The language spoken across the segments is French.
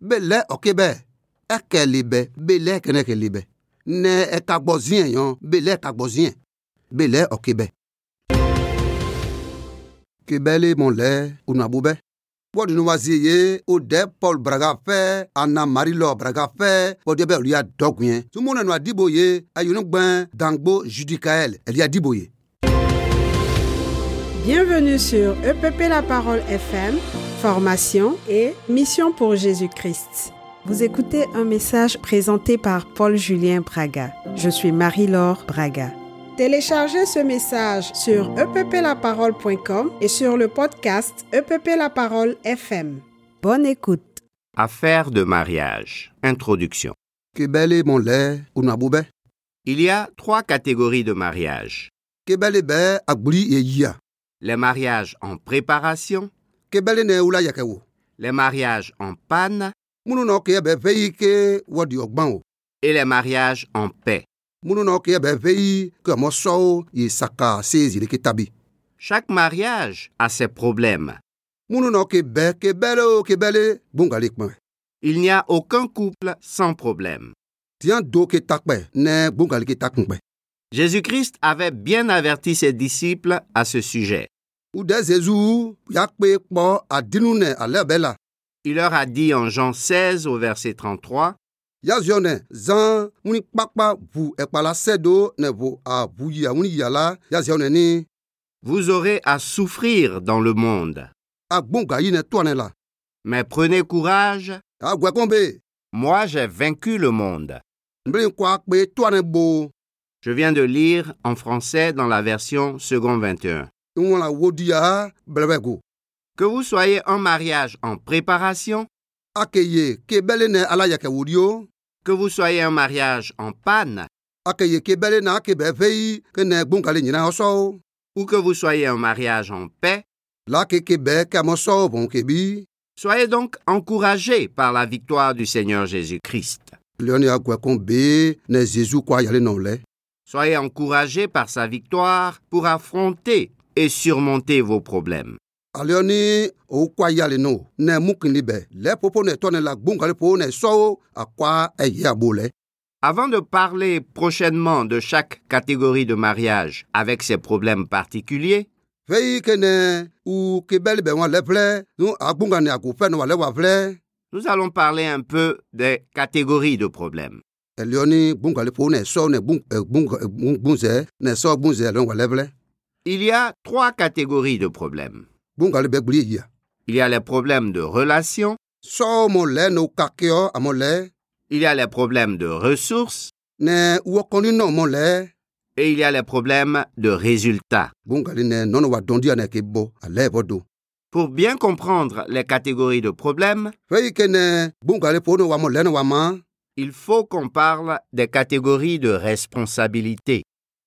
be lɛ ɔkebɛ ɛkɛ libɛ be lɛ kɛnɛ kɛ libɛ nɛ ɛkagbɔ ziɛ yɔ be lɛ kagbɔ ziɛ be lɛ ɔkebɛ kebɛ le mɔ lɛ onuabu bɛ bɔdi nu wa zie ye o dɛ paul braga fɛ ana mari lɔ braga fɛ bɔdi bɛ olu y'a dɔ kun ye sumuna nu adibo ye ayunugbɛn dangbo judikael ɛli adibo ye. Bienvenue sur EPP La Parole FM, formation et mission pour Jésus-Christ. Vous écoutez un message présenté par Paul-Julien Braga. Je suis Marie-Laure Braga. Téléchargez ce message sur E epplaparole.com et sur le podcast EPP La Parole FM. Bonne écoute. Affaires de mariage. Introduction. kebɛ le mɔ lɛ onuabu bɛ Il y a trois catégories de mariage. kebɛ le bɛ agbli ye yia Les mariages en préparation, kebɛ le nɛ wula yɛkɛ wo les mariages en panne minnu nɔ keyɛ bɛ veyi ke wɔdi ɔgbãn o et les mariages en paix. minnu nɔ keyɛ bɛ veyi ke mɔsɔwo ye saka se zileke tabi Chaque mariage a ses problèmes. minnu nɔ ke bɛ kebɛ le o kebɛ le gbongale kpɛ Il n'y a aucun couple sans problème. tiɲɛ do ke takpɛ nɛ gbongale ke takun kpɛ Jésus-Christ avait bien averti ses disciples à ce sujet. udɛ zezu yakpe kpɔ adinu nɛ alɛ bɛ la Il leur a dit en Jean 16 au verset 33, yazɔ nɛ zan ŋuni kpakpa ʋu ɛkpala sɛ do nɛ ʋu aʋu yia ŋuni yia la yazɔ nɛ ni Vous aurez à souffrir dans le monde, agbongayi nɛ toa nɛ la mais prenez courage, agɔɛ kɔn be moi j'ai vaincu le monde. nbili kɔ akpe toa nɛ bo Je viens de lire en français dans la version second 21. ŋun la wo diya bɛlɛbɛ go Que vous soyez en mariage en préparation, ake ye ke bɛle nɛ ala yɛkɛ woli o que vous soyez en mariage en panne ake ye ke bɛle nɛ ake bɛ veyi ke nɛ gbongale nyina ɔsɔwo ou que vous soyez en mariage en paix, la ke ke bɛ ke amɔsɔwo bɔn ke bi soyez donc encouragés par la victoire du Seigneur Jésus-Christ. lɛɔni agɔɛ kɔn be nɛ zezu kɔ ayale nɔ lɛ Soyez encouragés par sa victoire pour affronter et surmonter vos problèmes. aliɔni owu kɔ ayale nɔ nɛ mukili bɛ lɛ popo nɛ tɔ nɛ la gbongale po nɛ sɔwo akɔa ɛyi e abo lɛ Avant de parler prochainement de chaque catégorie de mariage avec ses problèmes particuliers, veyi ke nɛ u ke bɛle bɛ wɔn lɛ vlɛ nu agbonga nɛ ago fɛ nɔ wa lɛ wa vlɛ nous allons parler un peu des catégories de problèmes. ɛliɔni gbongale po nɛ sɔwo nɛ gbong- ɛ, gbong- ɛ, gbong- gbonzɛ nɛ sɔwo gbonzɛ lɛ wa lɛ vlɛ Il y a trois catégories de problèmes. gbongale bɛ gbli yia Il y a les problèmes de relations, sɔɔ mɔ lɛ nɛ wokakɛɔ amɔ lɛ il y a les problèmes de ressources nɛ wɔkɔni nɔ mɔ lɛ et il y a les problèmes de résultats. gbongale nɛ nɔnɔ wa dɔndiya nɛ ke bɔ alɛ bɔ do Pour bien comprendre les catégories de problèmes, fɛyi ke nɛ gbongale po nɔ wa mɔ lɛ nɔ wa ma il faut qu'on parle des catégories de responsabilité.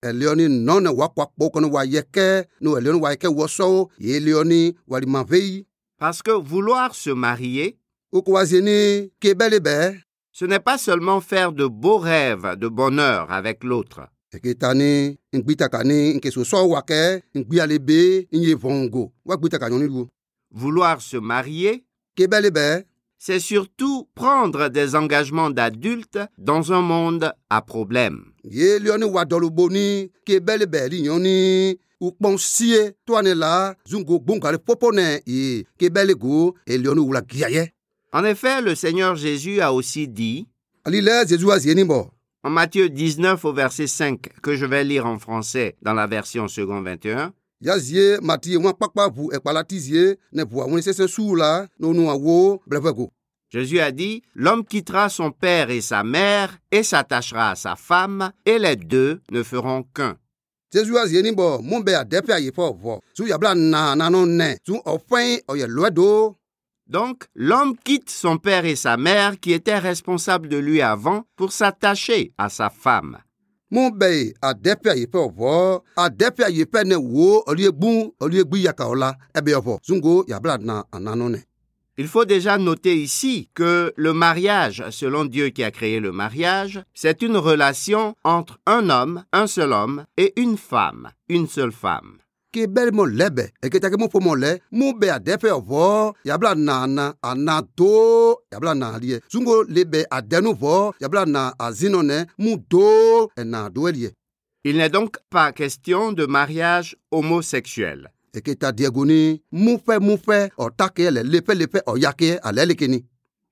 ɛliɔni nɔ nɛ wa kɔ akpɔ kɔnɔ wa yɛ kɛ nɔ ɛliɔni wa yɛ kɛ wɔsɔɔ ye liɔni walima veyi Parce que vouloir se marier, wokɔ wa zie ni ke bɛle bɛ ce n'est pas seulement faire de beaux rêves de bonheur avec l'autre. eketa ni ŋgbitaka ni nkeso sɔɔ wa kɛ ŋgbiale be nye vɔngo wa gbitaka nyɔni lu Vouloir se marier, ke bɛle bɛ c'est surtout prendre des engagements d'adultes dans un monde à problème. ye liɔni wa dɔlubo ni ke bɛle bɛ li nyɔni ukpɔn sie toani la zungo gbongale popo nɛ ye ke bɛle go e eliɔni wula gia yɛ En effet, le Seigneur Jésus a aussi dit, ali lɛ zezu wa zie ni bɔ en Matthieu 19 au verset 5, que je vais lire en français dans la version second 21, yazie mati wọn kpakpa ʋu ɛkpala ti zie ne ʋua wọn sese su la ne nu awo blɛfɛ go Jésus a dit, L'homme quittera son père et sa mère et s'attachera à sa femme, et les deux ne feront qu'un. zezu azie ni bɔ mun bɛ adɛfɛ ayi fɔ vɔ su yabla na nanu nɛ su ɔfɛn ɔyɛ lɔɛ do Donc, l'homme quitte son père et sa mère qui étaient responsables de lui avant pour s'attacher à sa femme. mun bɛ adɛfɛ ayi fɛ vɔ adɛfɛ ayi fɛ nɛ wo olu ye gbun olu ye gbi yaka o la ɛbɛ yɔ fɔ sunko yabla na nanu nɛ Il faut déjà noter ici que le mariage, selon Dieu qui a créé le mariage, c'est une relation entre un homme, un seul homme, et une femme, une seule femme. ke bɛli mɔ lɛbɛ eketake mo ƒomɔ lɛ mo bɛ adɛƒe ɔvɔ yabla na ana ana do yabla na aliɛ zungo le bɛ adɛnu vɔ yabla na azinɔ nɛ mu do ɛna do eliɛ Il n'est donc pas question de mariage homosexuel. eketa diɛgoni muƒɛ muƒɛ ɔtakeɛ lɛ leƒeleƒe ɔyakeɛ alɛ lekeni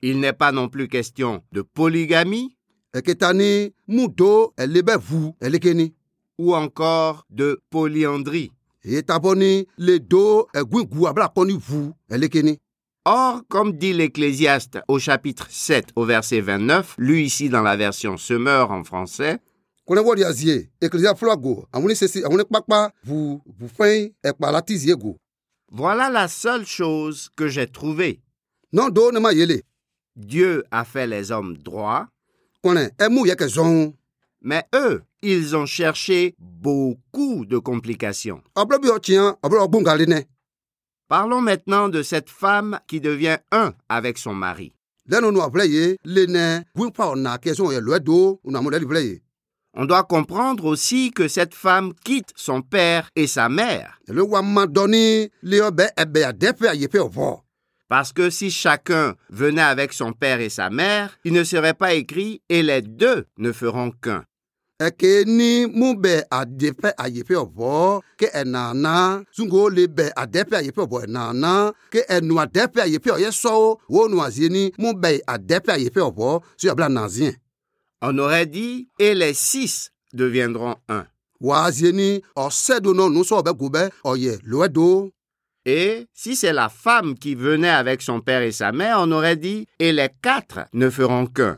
Il n'est pas non plus question de polygamie eketa ni mu do elebɛ vu elekeni ou encore de polyandrie. yetabɔ ni le do eguigu abla kɔni vu elekeni Or, comme dit l'Ecclésiaste au chapitre 7 au verset 29, lu ici dans la version Semeur en français, kɔnɛ wɔri azie eklezia fɔlɔ go awoni sese awoni kpakpa vu vufɛn ɛkpa lati zie go Voilà la seule chose que j'ai trouvée. nɔ do ne ma yele Dieu a fait les hommes droits, kɔnɛ ɛmu yɛ kɛ zɔn mais eux, ils ont cherché beaucoup de complications. ɔbɛrɛ bi ɔtiɲɛ ɔbɛrɛ ɔgbɔngali nɛ Parlons maintenant de cette femme qui devient un avec son mari. lẹ́nu nu àfúlẹ̀ yìí lé nẹ gbígbà ọ̀nà kẹsàn-án yẹn lọ́ẹ́ do ọ̀nà àmúlẹ̀ ìfúlẹ̀ yìí On doit comprendre aussi que cette femme quitte son père et sa mère, ẹ̀lẹ́ wa má dọ́ni lé ọbẹ̀ ẹ̀bẹ̀ àdẹ́fẹ́ àyẹ̀fẹ́ ọ̀fọ́ parce que si chacun venait avec son père et sa mère, il ne serait pas écrit et les deux ne feront qu'un. ẹ̀kẹ́ ní mú bẹ̀ àdẹ́fẹ́ àyẹ̀fẹ́ ọ̀fọ́ kẹ́ ẹ̀nàna sungo lè bẹ̀ àdẹ́fẹ́ àyẹ̀fẹ́ ọ̀fọ́ ẹ̀nàna kẹ́ ẹ̀nu àdẹ́fẹ́ àyẹ̀fẹ́ ọ̀yẹ́ sọ́wọ́ wo nu àzìyẹ ní mú bẹ̀ àdẹ́fẹ́ àyẹ̀fẹ́ ọ̀fọ́ sí ọ̀bẹ̀là nàzìyẹ On aurait dit et les six deviendront un, wà àzìyẹ ní ọ̀sẹ́dùnà nùsọ̀ ọ̀bẹ̀ gòbẹ́ ọ̀yẹ̀ lọ́ẹ́dó et si c'est la femme qui venait avec son père et sa mère, on aurait dit et les quatre ne feront qu'un.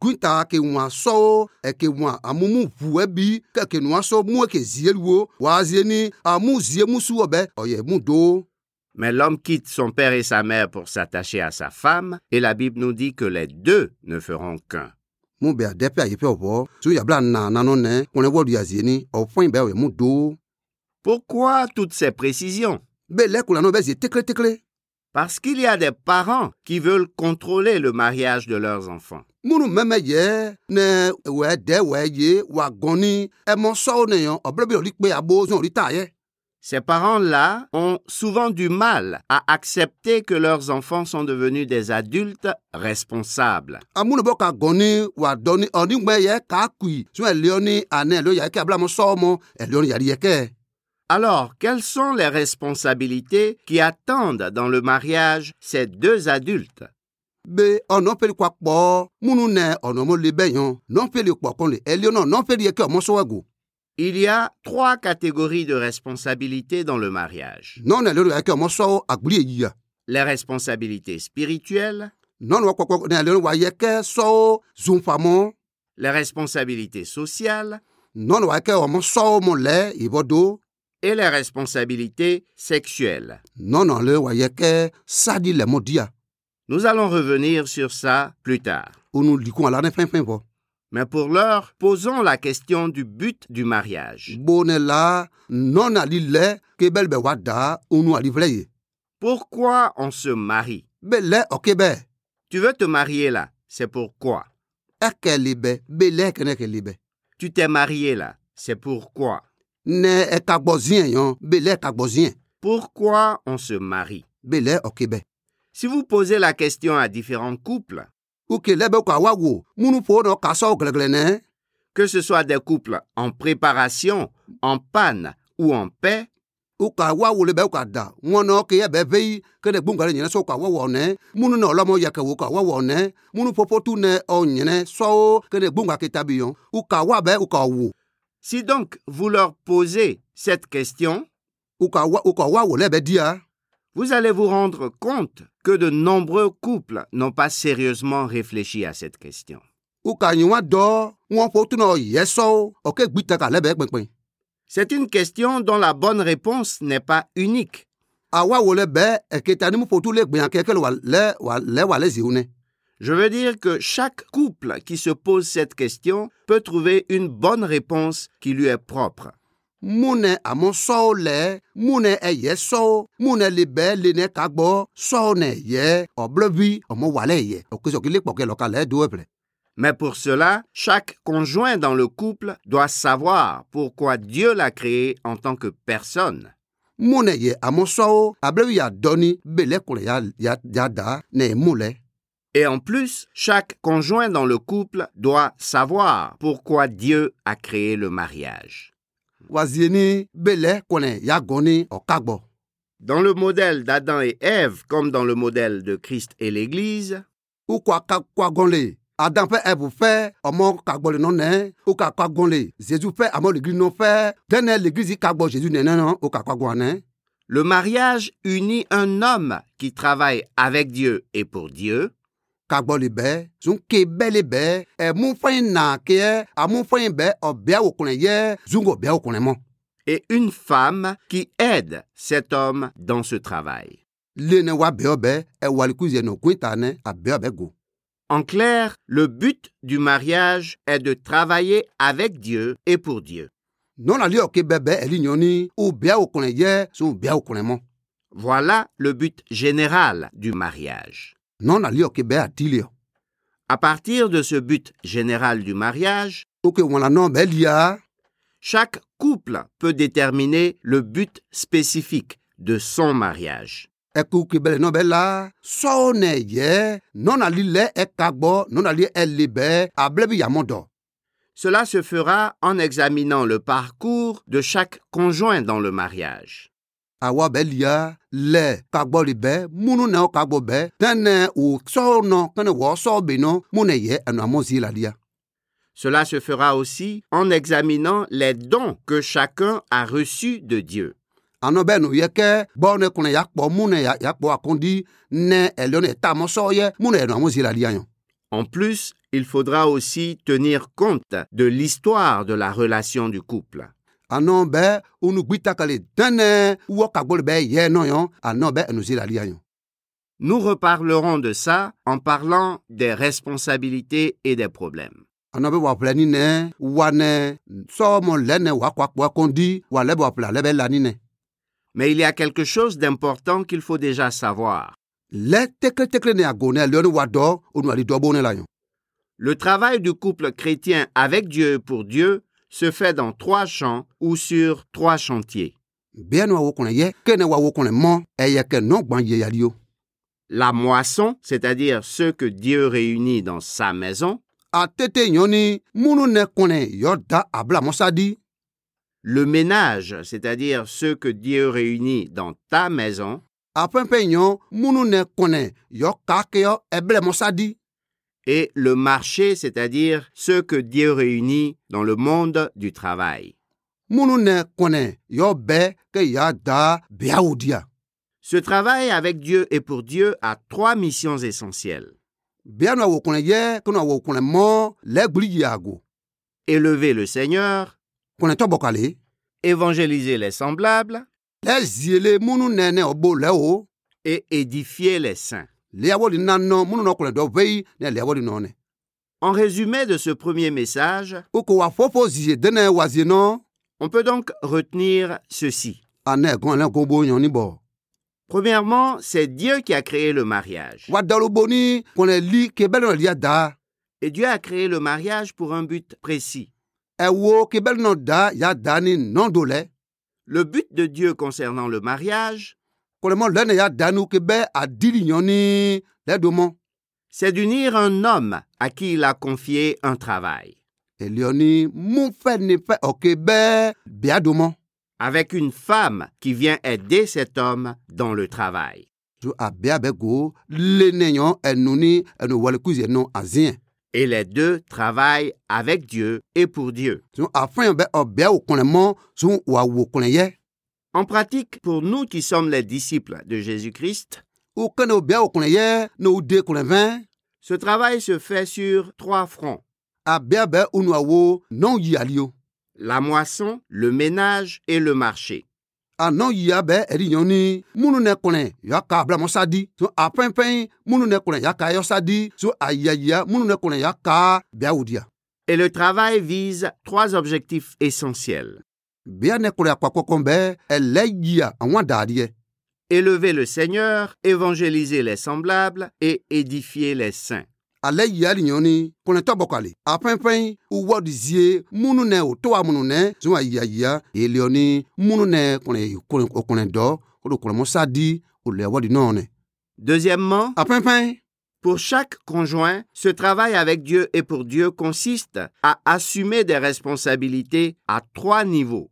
gwinta ke ŋua sɔwo eke ŋua amumu ʋu ebi ke ke nua sɔ mu eke zie wo wòa zie ni amu zie mu suwɔ bɛ ɔyɛ mu do Mais l'homme quitte son père et sa mère pour s'attacher à sa femme, et la Bible nous dit que les deux ne feront qu'un. mu bɛ adɛpɛ ayi fɛ ɔbɔ so yabla na nanɔ nɛ kɔnɛ wɔdu ya zie ni ɔfɔin bɛ ɔyɛ mu do Pourquoi toutes ces précisions bɛ lɛ kola nɔ bɛ zie tekletekle Parce qu'il y a des parents qui veulent contrôler le mariage de leurs enfants. munu mɛmɛ yɛ ne wɛ dɛ wɛ ye wà gɔni ɛmɔ sɔwo ne yɔ ɔbɛrɛ bi ɔli kpe abo zɔn ɔli ta yɛ Ces parents-là ont souvent du mal à accepter que leurs enfants sont devenus des adultes responsables. amunu bɔ ka gɔni wà dɔni ɔnigbɛ yɛ k'a kui so ɛliɔni anɛ lɛ yɛ kɛ abla mɔ sɔwɔmɔ ɛliɔni yari yɛ kɛ. Alors, quelles sont les responsabilités qui attendent dans le mariage ces deux adultes be ọ̀nà pẹ̀lú papọ̀ múnú nẹ ọ̀nà mo le bẹ́yàn nọ́ pẹ̀lú pọ̀kan lè ẹlẹ́yìn náà nọ́ pẹ̀lú yẹ kí ọmọ sọ́wọ́gò Il y a trois catégories de responsabilités dans le mariage. nọ́ọ̀nà ẹlẹ́yìn yẹ kí ọmọ sọ́wọ́ àgbélé yìí yà Les responsabilités spirituelles, nọ́ọ̀nà wọ́n kọ́kọ́ ní ẹlẹ́yìn wa yẹ kẹ́ sọ́wọ́ zonfamọ́ les responsabilités sociales nọ́ọ̀nà wa yẹ kẹ́ ọmọ sọ́wọ́ mọ̀ lẹ́ ìbọ́dó et les responsabilités sexuelles. nọ́ọ̀nà ẹlẹ́yìn wa yẹ kẹ́ sáàdì lẹ́mọ́ díà Nous allons revenir sur ça plus tard. onu likun ala ní fẹ́nfẹ́n bọ̀ Mais pour l'heure, posons la question du but du mariage. gbóni la nọ́ọ̀nà li lẹ́ kébẹ́lì bẹ̀ wá dá onu àlìfẹ́lẹ́ yìí Pourquoi on se marie bẹ́ẹ̀ lẹ́ ọ̀kẹ́ bẹ́ẹ̀ Tu veux te marier là, c'est pourquoi. ẹ̀kẹ́ lè bẹ́ bẹ́ẹ̀ lẹ́ kẹ́nẹ́kẹ́ lè bẹ́ Tu t'es marié là, c'est pourquoi. ne ẹ̀ka gbọ́ ziẹ̀ yan bẹ́ẹ̀ lẹ́ ẹ̀ka gbọ́ ziẹ̀ Pourquoi on se marie bẹ́ẹ̀ lẹ́ ọ̀kẹ́ bẹ́ẹ̀. Si vous posez la question à différents couples, oke lɛ bɛ kɔ awa wo munu ƒo nɔ kasɔw gɛlɛgɛlɛ nɛ que ce soit des couples en préparation, en panne ou en paix, o ka awa wo le bɛ o ka da ŋɔnɔ ke yɛ bɛ veyi ke ne gbɔngale nyɛnɛ sɔ o ka awa wɔ nɛ munu nɔ lɔmɔ yɛ ke wo ka awa wɔ nɛ munu ƒoƒo tu nɛ ɔ nyɛnɛ sɔwo ke ne gbɔnga ke ta bi yɔn o ka awa bɛ o ka wo si donc vous leur posez cette question, o ka awa o ka awa wo lɛ bɛ dia vous allez vous rendre compte que de nombreux couples n'ont pas sérieusement réfléchi à cette question. o ka nyiwa dɔ ŋɔ ƒo tu nɔ yɛ sɔwo ɔke gbi ta ka lɛ bɛ kpɛnkpɛn C'est une question dont la bonne réponse n'est pas unique. awa wo lɛ bɛ eketa e ni mu ƒo tu le gbɛnya kɛ kele wa lɛ wa lɛ wa lɛ ziwo nɛ Je veux dire que chaque couple qui se pose cette question peut trouver une bonne réponse qui lui est propre. mune amɔ sɔwo lɛ mune ɛyɛ sɔwo mune libɛ lene kagbɔ sɔwo nɛ yɛ ɔblɔvi ɔmɔ walɛ yɛ okesɔkele kpɔkɛ lɔka lɛ do ɛfɛ. Mais pour cela, chaque conjoint dans le couple doit savoir pourquoi Dieu l'a créé en tant que personne. mu ne ye amɔsɔwo abe be ya dɔɔni be le ko le ya ya ya da ne ye mu le Et en plus, chaque conjoint dans le couple doit savoir pourquoi Dieu a créé le mariage. wazie ni be le ko ne ya gɔ ni ɔka gbɔ Dans le modèle d'Adam et Ève, comme dans le modèle de Christ et l'Église, wokɔ aka kɔ agɔn le adan ƒe ɛbu ƒe ɔmɔ kagbɔ le nɔnɛ woka kɔ agɔn le zezu ƒe amɔ legli nɔ ƒe dene leglisi kagbɔ zezu nɛnɛ nɔ woka kɔ agɔn anɛ le mariage unit un homme qui travaille avec Dieu et pour Dieu, kagbɔ le bɛ zun ke bɛ le bɛ ɛmu fɛn na keɛ amu fɛn bɛ ɔbɛa wo kɔnɛ yɛ zungo bɛa wo kɔnɛ mɔ et une femme qui aide cet homme dans ce travail. le ne wa bɛɔ bɛ ɛwaliku zɛ nɔ gui ta nɛ abɛɔ bɛ go En clair, le but du mariage est de travailler avec Dieu et pour Dieu. nɔnali yɔ ke bɛ bɛ ɛli nyɔni wo bɛa wo kɔnɛ yɛ zun bɛa wo kɔnɛ mɔ Voilà le but général du mariage. nɔnali yɔ ke bɛ ati liɔ À partir de ce but général du mariage, wo ke wɔn la nɔ bɛ lia chaque couple peut déterminer le but spécifique de son mariage. ɛkò kebele nɔ bɛ la sɔɔ nɛ yɛ nɔnali lɛ ɛka gbɔ nɔnali ɛli bɛ ablɛ bi yamɔ dɔ Cela se fera en examinant le parcours de chaque conjoint dans le mariage. awɔ bɛ lia lɛ kagbɔ li bɛ munu nɛ ɔka gbɔ bɛ tɛnɛ o sɔɔ nɔ kɛnɛ wɔ sɔɔ bɛ nɔ mu nɛ yɛ ɛnɔ amɔ zi la lia Cela se fera aussi en examinant les dons que chacun a reçus de Dieu. anɔ bɛ nu yɛ kɛ gbɔ nɛ kɔnɛ ya kpɔ mu nɛ ya- ya kpɔ akɔndi nɛ ɛlɛ nɛ ta mɔ sɔɔ yɛ mu nɛ ɛnɔ amɔ zi la lia yɔ En plus, il faudra aussi tenir compte de l'histoire de la relation du couple. anɔ bɛ onugbita kale tɛnɛ wɔ kagbɔ li bɛ yɛ nɔ yɔ anɔ bɛ ɛnu zi la lia yɔ Nous reparlerons de ça en parlant des responsabilités et des problèmes. anɔ bɛ wàplɛ ni nɛ wa nɛ sɔɔmɔ lɛ nɛ wa kɔ akpɔ kɔndi wa lɛ bɛ wàplɛ alɛ bɛ la ni nɛ Mais il y a quelque chose d'important qu'il faut déjà savoir. lɛ tekletekle ne ago nɛ lɛ ni wa dɔ onu ali dɔ bo ne la yɔ Le travail du couple chrétien avec Dieu et pour Dieu se fait dans trois champs ou sur trois chantiers. bɛɛ nɔ awo kɔnɛ yɛ ke ne wa wo kɔnɛ mɔ ɛyɛ kɛ nɔ gban ye yali o La moisson, c'est-à-dire ceux que Dieu réunit dans sa maison, atete nyɔni munu nɛ kɔnɛ yɔ da abla mɔsa di le ménage, c'est-à-dire ceux que Dieu réunit dans ta maison, afɛnfɛn nyɔ munu nɛ kɔnɛ yɔ kake yɔ ɛblɛ mɔsa di et le marché, c'est-à-dire ceux que Dieu réunit dans le monde du travail. munu nɛ kɔnɛ yɔ bɛ ke ya da bɛa wo dia Ce travail avec Dieu et pour Dieu a trois missions essentielles. bɛa nɔ awo kɔnɛ yɛ ke nɔ awo kɔnɛ mɔ lɛ gbli yi ago Élever le Seigneur, kɔnɛ tɔ bɔ kale évangéliser les semblables lɛ zie le munu nɛnɛ o bo lɛ o et édifier les saints. leawo li nanɔ munu nɔ kplɔ dɔ vei ne leawo li nɔ nɛ En résumé de ce premier message, woko wa fɔfɔ zie dene wazie nɔ on peut donc retenir ceci. anɛ gɔn lɛ gobo nyɔni bɔ Premièrement, c'est Dieu qui a créé le mariage. wa dalo bo ni kɔnɛ li ke bɛ nɔ lia da Et Dieu a créé le mariage pour un but précis. ɛwo ke bɛ nɔ da ya da ni nɔ do lɛ Le but de Dieu concernant le mariage, kɔnɛ mɔ lɛ ne ya da ni ke bɛ adili nyɔni lɛ do mɔ c'est d'unir un homme à qui il a confié un travail, eliɔni mu fɛ ne fɛ ɔke bɛ bia do mɔ avec une femme qui vient aider cet homme dans le travail. tu abia bɛ go le ne nyɔ ɛnu ni ɛnu wale kuzi ɛnu aziɛ Et les deux travaillent avec Dieu et pour Dieu. tu afɛn bɛ ɔbia wo kɔnɛ mɔ tu wa wo kɔnɛ yɛ. En pratique, pour nous qui sommes les disciples de Jésus-Christ, wo ke ne wo bia wo kplɔ yɛ ne wo de kplɔ vɛn ce travail se fait sur trois fronts. abia bɛ onu awo nɔ yi ali o La moisson, le ménage et le marché. anɔ yia bɛ ɛdi nyɔni munu nɛ kplɔ yɔ ka abla mɔsa di so apɛnpɛn munu nɛ kplɔ yɔ ka yɔsa di so ayayia munu nɛ kplɔ yɔ ka bia wo dia Et le travail vise trois objectifs essentiels. bia nɛ kplɔ akpakɔkɔn bɛ ɛlɛ yia awon da adiɛ Élever le Seigneur, évangéliser les semblables et édifier les saints. ale yi ali nyɔ ni kɔnɛtɔ bɔ kɔali apɛnpɛn uwɔdi zie munu nɛ o towa munu nɛ zuma yiyayia eliɔ ni munu nɛ kɔnɛ kɔnɛ dɔ o do kɔnɛ musa di o lɛ wɔdi nɔ nɛ Deuxièmement, apɛnpɛn Pour chaque conjoint, ce travail avec Dieu et pour Dieu consiste à assumer des responsabilités à trois niveaux.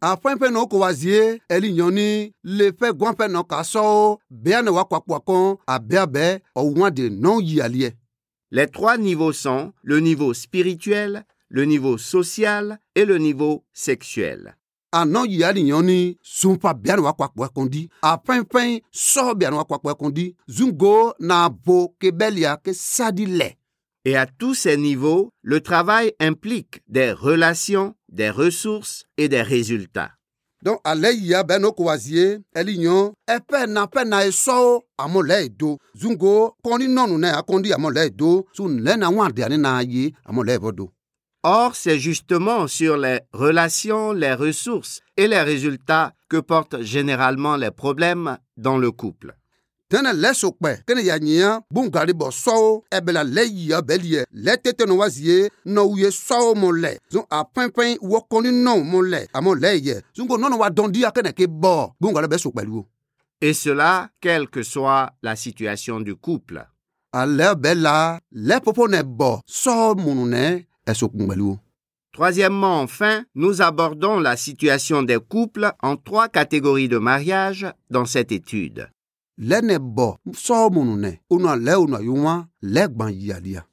apɛnpɛn nɔ ko wa zie eli nyɔ ni le fɛ gɔnpɛ nɔ ka sɔɔ bɛɛ nɛ wa kpakpɔ kɔn a bɛɛ bɛ ɔwɔn de nɔ yi aliɛ Les trois niveaux sont le niveau spirituel, le niveau social et le niveau sexuel. anɔ yi ali nyɔ ni sunfa bia ni wa kɔ akpɔ ɛkɔn di apɛnpɛn sɔ bia ni wa kɔ akpɔ ɛkɔn di zungo na bo kebɛlia ke sadi lɛ Et à tous ces niveaux, le travail implique des relations, des ressources et des résultats. donc ale yia bɛ n'o ko wa zie ɛli nyɔ ɛpɛ na pɛ na ye sɔɔ amɔ lɛ ye do zungo kɔni nɔnu nɛ akɔn di amɔ lɛ ye do sun lɛ na wɔn adi ani na ye amɔ lɛ ye bɔ do Or, c'est justement sur les relations, les ressources et les résultats que portent généralement les problèmes dans le couple. tɛnɛ lɛ so kpɛ kene ya nyia bongari bɔ sɔɔ ɛbɛla lɛ yia bɛ liɛ lɛ tete nɔ wa zie nɔ wu ye sɔɔ mɔ lɛ zɔn a pɛnpɛn wɔ kɔni nɔ mɔ lɛ amɔ lɛ yɛ zunko nɔnɔ wa dɔn diya kene ke bɔ bongari bɛ so kpɛli wo. Et cela, quelle que soit la situation du couple. alɛ bɛ la lɛ popo nɛ bɔ sɔɔ munnu nɛ ɛso kun kpɛli wo. Troisièmement, enfin, nous abordons la situation des couples en trois catégories de mariage dans cette étude. lɛ nɛ bɔ sɔɔ munnu nɛ onu alɛ onu ayi wa lɛ gban yia lia.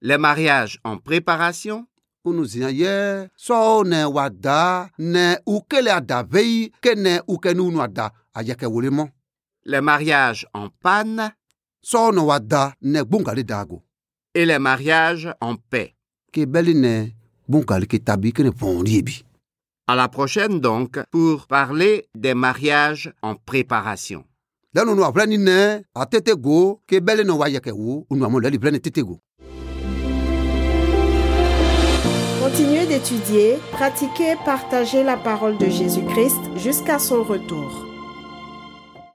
Les mariages en préparation, onu ziyan yɛ sɔɔ nɛ wa da nɛ ukele ada veyi ke nɛ ukɛni unu ada ayɛkɛ wele mɔ. les mariages en panne sɔɔnɔ wa da nɛ gbóǹgalè daago et les mariages en paix. k'e bɛli nɛ gbóǹgalè k'e tabi k'e ne pɔnri ye bi. À la prochaine donc pour parler des mariages en préparation. lẹ́nu nu àfúlẹ́ ni nɛ a tètè go k'e bɛli nɛ wa yɛkɛ wo onu àmọ́ lẹ́li filɛ ni tètè go. Continuez d'étudier, pratiquer, partager la parole de Jésus-Christ jusqu'à son retour.